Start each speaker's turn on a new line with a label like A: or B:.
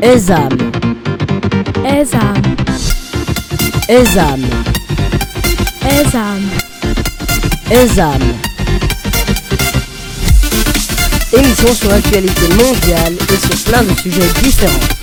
A: Ezam.
B: Ezam.
A: Ezam.
B: Ezam.
A: Ezam. Émission sur l'actualité mondiale et sur plein de sujets différents.